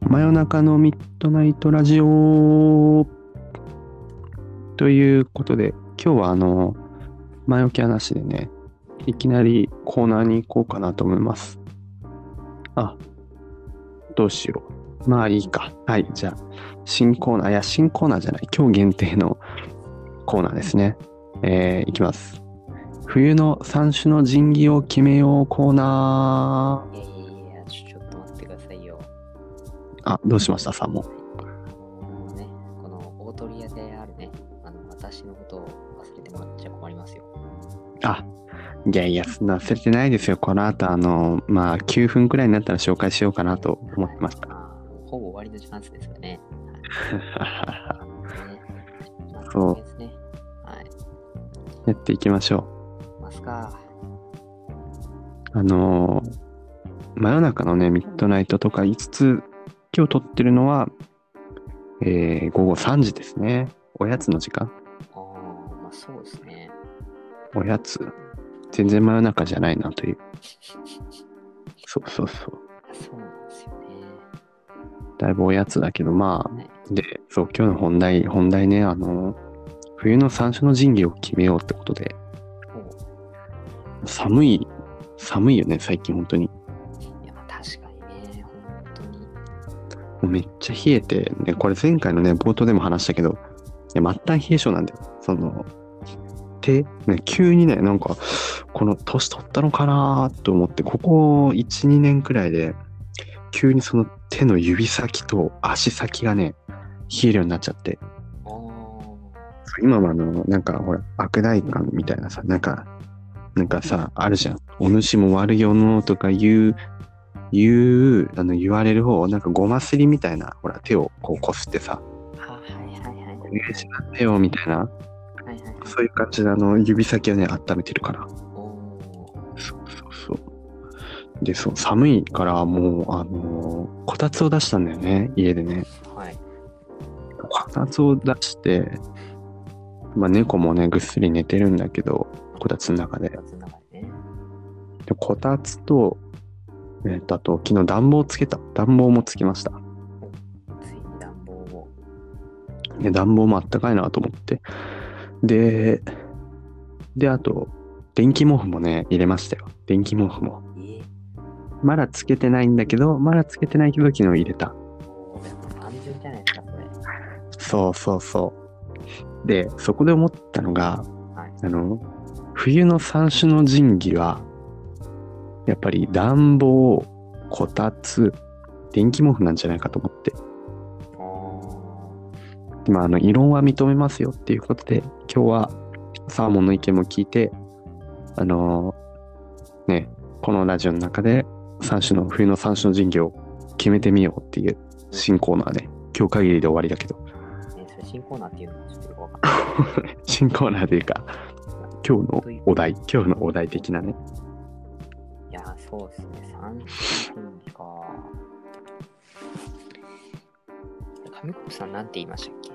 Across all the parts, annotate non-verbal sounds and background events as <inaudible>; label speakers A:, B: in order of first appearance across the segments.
A: 真夜中のミッドナイトラジオということで今日はあの前置き話でねいきなりコーナーに行こうかなと思いますあどうしようまあいいかはいじゃあ新コーナーいや新コーナーじゃない今日限定のコーナーですねえー、いきます冬の三種の神器を決めようコーナー
B: いやいやいや、ちょちょっと待ってくださいよ。
A: あどうしましたさんも
B: あのね、この大鳥屋であるね、あの私のことを忘れてもらっちゃ困りますよ。
A: あいやいや、そんな忘れてないですよ。この後、あの、まあ、9分くらいになったら紹介しようかなと思って <laughs> ました。
B: あーほぼ終わりのチャンスですよね。ねまあ
A: そう
B: とりあえずね。はい。
A: やっていきましょ
B: ますか。
A: う。あのー真夜中のね、ミッドナイトとか言いつつ、今日撮ってるのは、えー午後3時ですね。おやつの時間
B: ああ、まあそうですね。
A: おやつ。全然真夜中じゃないなという。そうそうそう。
B: そうなんですよね。
A: だいぶおやつだけど、ま
B: はい
A: あ、で、そう、今日の本題、本題ね、あのー冬の三種の神器を決めようってことで、
B: ほう
A: 寒い、寒いよね、最近本当に。
B: いや、まあ確かにね、本当に。
A: もうめっちゃ冷えて、で、これ前回のね、冒頭でも話したけど、いや末端冷え性なんだよ。その、で、ね、急にね、なんか、この年取ったのかなと思って、ここ1、2年くらいで、急にその手の指先と足先がね、冷えるようになっちゃって、
B: あ
A: そう今もあの、なんかほら、悪大感みたいなさ、なんか、なんかさ、あるじゃん。お主も悪よのとか言う、言う、あの、言われる方、なんかごますりみたいな、ほら、手をこうこすってさ、
B: あ、あはいはいはい。
A: お願いしなってよ、みたいな、
B: はいはいはい。
A: そういう感じで、あの、指先をね、温めてるから。
B: おお
A: そうそうそう。で、そう、寒いから、もう、あのーこたつを出したんだよね、家でね。
B: ー。はい。
A: こたつを出して、まあ、猫もね、ぐっすり寝てるんだけど、こたつの中で
B: こたつの中でね。
A: でこたつと、えーとあと昨日暖房つけた暖房もつけました
B: ついに暖房を。
A: で暖房もあったかいなと思ってでであと電気毛布もね入れましたよ電気毛布も
B: え
A: まだつけてないんだけどまだつけてないけど昨日入れた
B: おやっぱ単純じゃないですか、これ。
A: そうそうそうでそこで思ったのが
B: はい。
A: あの冬の三種の神器はやっぱり暖房こたつ電気毛布なんじゃないかと思って
B: お
A: まあ、あの異論は認めますよっていうことで今日はサーモンの意見も聞いてあのーねこのラジオの中で三種の冬の三種の神器を決めてみようっていう新コーナーで今日限りで終わりだけど
B: ーね、それ新コーナーっていうのもちょっとよくわかんない。
A: 新コーナーというか今日のお題今日のお題的なね
B: いやー、そうですね。三種の神器か。神子さんなんて言いましたっけ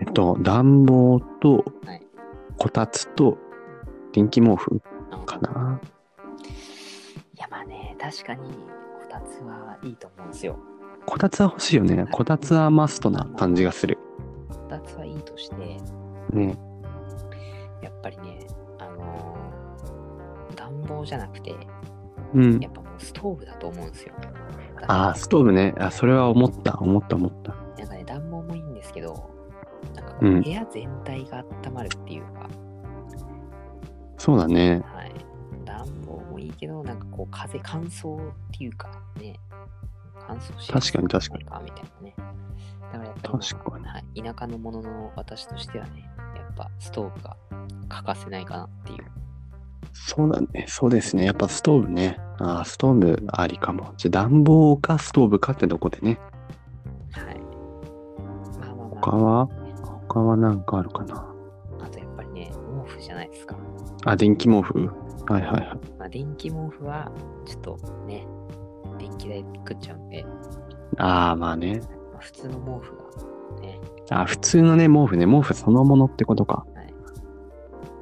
A: えっと暖房と
B: はい
A: こたつと電気毛布
B: なん
A: かない
B: や、まあね、確かに、こたつはいいと思うんですよ。
A: こたつは欲しいよねこたつはマストな感じがする
B: こたつはいいとして、
A: ね
B: やっぱりね、あのー暖房じゃなくて、
A: うん
B: やっぱもうストーブだと思うんですよ。
A: ああ、ストーブね。あ、それは思った、思った、思った。
B: なんかね、暖房もいいんですけど、なんかこ
A: うん
B: う部屋全体が温まるっていうか、
A: そうだね。
B: はい。暖房もいいけど、なんかこう、風乾燥っていうか、ね、乾燥し
A: 確かに確かに
B: かみたいなね。だからやっぱり
A: 確かに
B: はい、田舎のものの私としてはね、やっぱストーブが欠かせないかなっていう。
A: そうだね。そうですね。やっぱストーブね。ああ、ストーブありかも。じゃあ暖房かストーブかってとこでね。
B: はい。まあまあま
A: 他は他はなんかあるかな。
B: あ、あとやっぱりね、毛布じゃないですか。
A: あ、電気毛布はいはいはい。
B: まあ、電気毛布は、ちょっとね、電気代食っちゃうんで、
A: ああ、まあね。
B: まあ普通の毛布がね、
A: あー普通のね、毛布ね。毛布そのものってことか。
B: はい。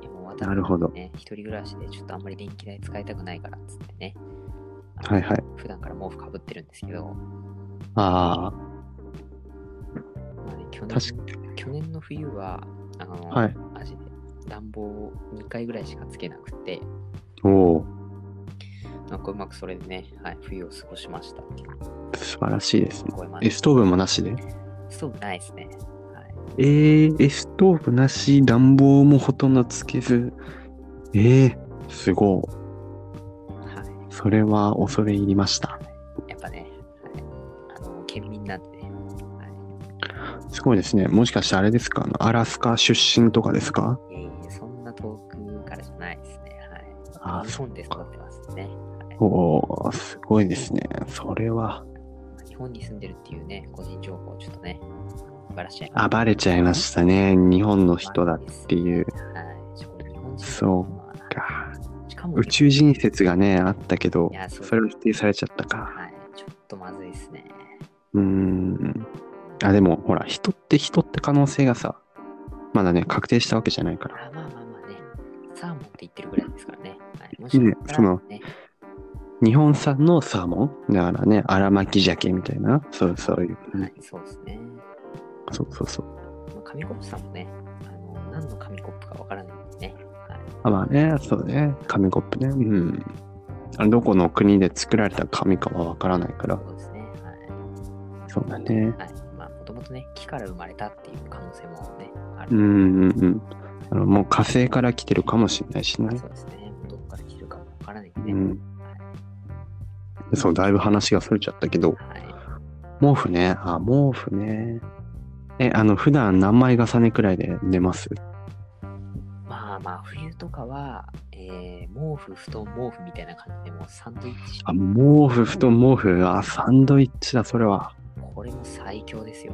B: いやもう私
A: なるほど
B: ね、一人暮らしでちょっとあんまり電気代使いたくないからっつってね。あの
A: はいはい。
B: 普段から毛布かぶってるんですけど、
A: あ
B: まあね、去
A: あ、
B: 年
A: 確か
B: 去年の冬は、あの、
A: はい
B: マジで暖房を2回ぐらいしかつけなくて、
A: に。おお、
B: なんかうまくそれでね、はい、冬を過ごしました。
A: 素晴らしいですね。
B: こういうまで
A: え、ストーブもなしで
B: ストーブないですね。はい、
A: えー、え、ストーブなし、暖房もほとんどつけず。えー、すごい。
B: は
A: それは恐れ入りました。
B: い。やっぱね、はい、あの県民なんでね、
A: すごいですね。もしかしてあれですかあのアラスカ出身とかですか
B: はい、いえいえそんな遠くからじゃないですね。
A: あ
B: はい、日本で育ってますね。はい
A: おおー、すごいですね。それは、
B: まあ日本に住んでるっていうね、個人情報をちょっとね、ばらしちゃいま
A: あばれちゃいましたね。日本の人だっていう。
B: はい、ちょっと日本人
A: そう
B: か。
A: か
B: しかも
A: 宇宙人説がね、あったけど
B: いや、そう
A: それを否定されちゃったか。
B: はい、ちょっとまずいですね。
A: うーん。あ、でも、ほら、人って人って可能性がさ、まだね、確定したわけじゃないから。
B: あまあまあまあね、サーモンって言ってるぐらいですからね。はい、も
A: ね
B: かしたらね、
A: 日本産のサーモンだからね、荒巻き鮭みたいな。そうそういう。
B: はい、そうですね。
A: そうそうそう。
B: まあ、紙コップさんもね、あの何の紙コップかわからないんでね。
A: あまあね、そうね。紙コップね。うん。あれどこの国で作られた紙かはわからないから。
B: そうですね。は
A: そうだね
B: い。。はい、まあ、もともとね、木から生まれたっていう可能性もね、あ
A: う
B: る。
A: んうんうん。あの、もう火星から来てるかもしれないしね。
B: そうですね。どこから来てるかもわからないんで
A: う
B: ね。
A: ん。そう、だいぶ話がそれちゃったけど、
B: はい。
A: 毛布ね。あ、毛布ね。え、あの、普段何枚重ねくらいで寝ます
B: まあまあ、冬とかは、えー、毛布、布団、毛布みたいな感じで、もうサンドイッチして
A: あ、毛布、布団、毛布。あ、サンドイッチだ、それは。
B: これも最強ですよ。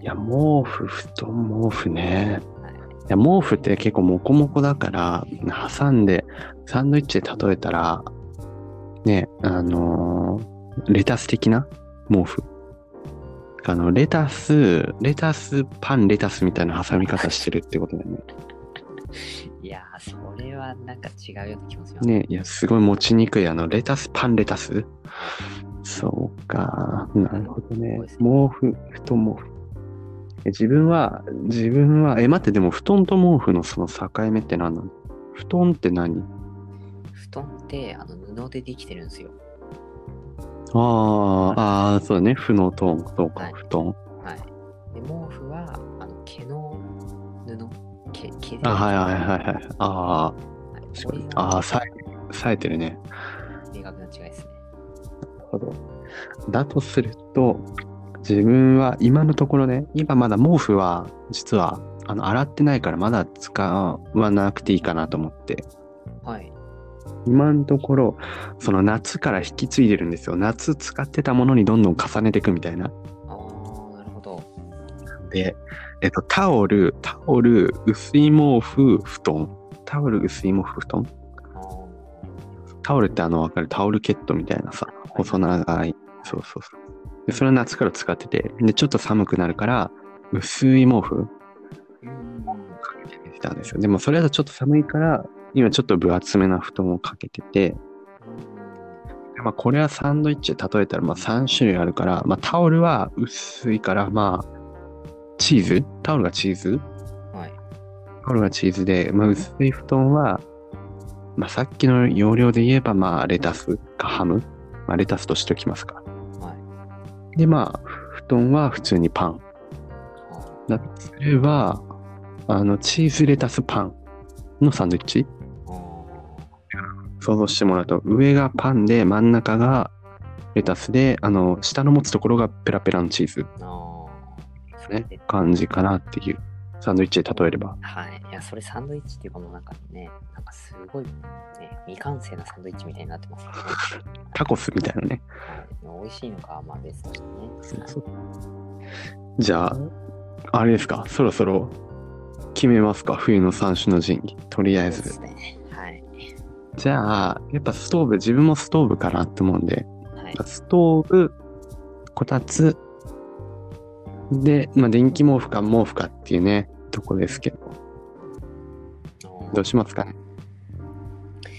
A: いや、毛布、布団、毛布ね。
B: はい
A: いや、毛布って結構モコモコだから、挟んで、サンドイッチで例えたら、ね、あのーレタス的な毛布。あの、レタス、レタス、パン、レタスみたいな挟み方してるってことだよね。
B: いやー、それはなんか違うような気もしますね。
A: ねいや、すごい持ちにくい。あの、レタス、パンレタスそうか。なるほどね。毛布、布団毛布。え自分は、自分は、え、待って、でも布団と毛布のその境目って何なの布団って何
B: 布団ってあの布でできてるんですよ。
A: ああ、ああ、そうだね。布のトーン、そう
B: は
A: か
B: い、
A: 布団。
B: はい。で、毛布はあの毛の布、毛、毛で。
A: あはいはいはいはい。あ
B: はい。
A: あ、
B: これ
A: ああ、
B: が
A: さえ、冴えてるね。
B: 明確な違いですね。
A: なるほど。だとすると、自分は今のところね、今まだ毛布は、実は、あの、洗ってないからまだ使わなくていいかなと思って。
B: はい。
A: 今のところ、その夏から引き継いでるんですよ。夏使ってたものにどんどん重ねていくみたいな。
B: ああ、なるほど。
A: で、えっと、タオル、タオル、薄い毛布、布団。タオル、薄い毛布、布団。
B: あー
A: タオルってあの、わかるタオルケットみたいなさ、細長い。そうそうそう。で、それは夏から使ってて、で、ちょっと寒くなるから、薄い毛布
B: うん。
A: かけてたんですよ。でも、それだとちょっと寒いから、今ちょっと分厚めな布団をかけてて、まあ、これはサンドイッチで例えたら、まあ、3種類あるから、まあ、タオルは薄いから、まあ、チーズタオルがチーズ
B: はい。
A: タオルがチーズで、まあ、薄い布団は、まあ、さっきの要領で言えば、まあ、レタスかハム。まあ、レタスとしておきますか。
B: はい。
A: で、まあ、布団は普通にパン。
B: あ
A: だとすれば、あの、チーズ、レタス、パンのサンドイッチ
B: ーあ
A: 想像してもらうと、上がパンで、真ん中がレタスで、あの、下の持つところがペラペラのチーズ。
B: ー。あーそれ
A: ね
B: で、
A: 感じかなっていう、サンドイッチで例えれば。
B: はい。いや、それサンドイッチっていうかもうなんかね、なんかすごい、ね、未完成なサンドイッチみたいになってます
A: <laughs>
B: ね。
A: タコスみたいなね。
B: はい、美味しいのかはまあ別としてね。
A: じゃあ、あれですか、そろそろ決めますか、冬の三種の神器。とりあえ
B: で
A: ず。
B: すね。はい。
A: じゃあ、やっぱストーブ、自分もストーブかなって思うんで、
B: はい。
A: ストーブ、こたつ、で、まあ、電気毛布か毛布かっていうね、とこですけど、
B: ど
A: どうしますかね。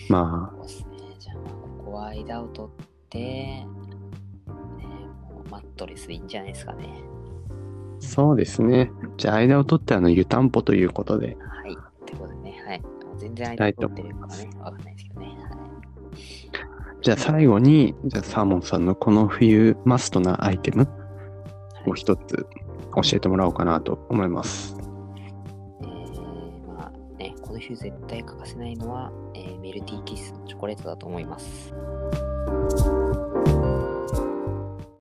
A: まあ、
B: そうですね。じゃあまあここは間を取って、ね、もうマットレスでいいんじゃないですかね。
A: そうですね。じゃあ、間を取ってあの、湯たんぽということで。
B: はい。ってことでね、はい。全然
A: た
B: 間
A: い
B: を
A: と
B: 取
A: 思
B: って
A: い
B: るか
A: ま
B: ら
A: す
B: ね、わかんないですけどね。
A: じゃあ、最後に、じゃあ、サーモンさんのこの冬マストなアイテム
B: はい。
A: を一つ教えてもらおうかなと思います。
B: えー、まあね、この冬絶対欠かせないのは、えーメルティーキッスのチョコレートだと思います。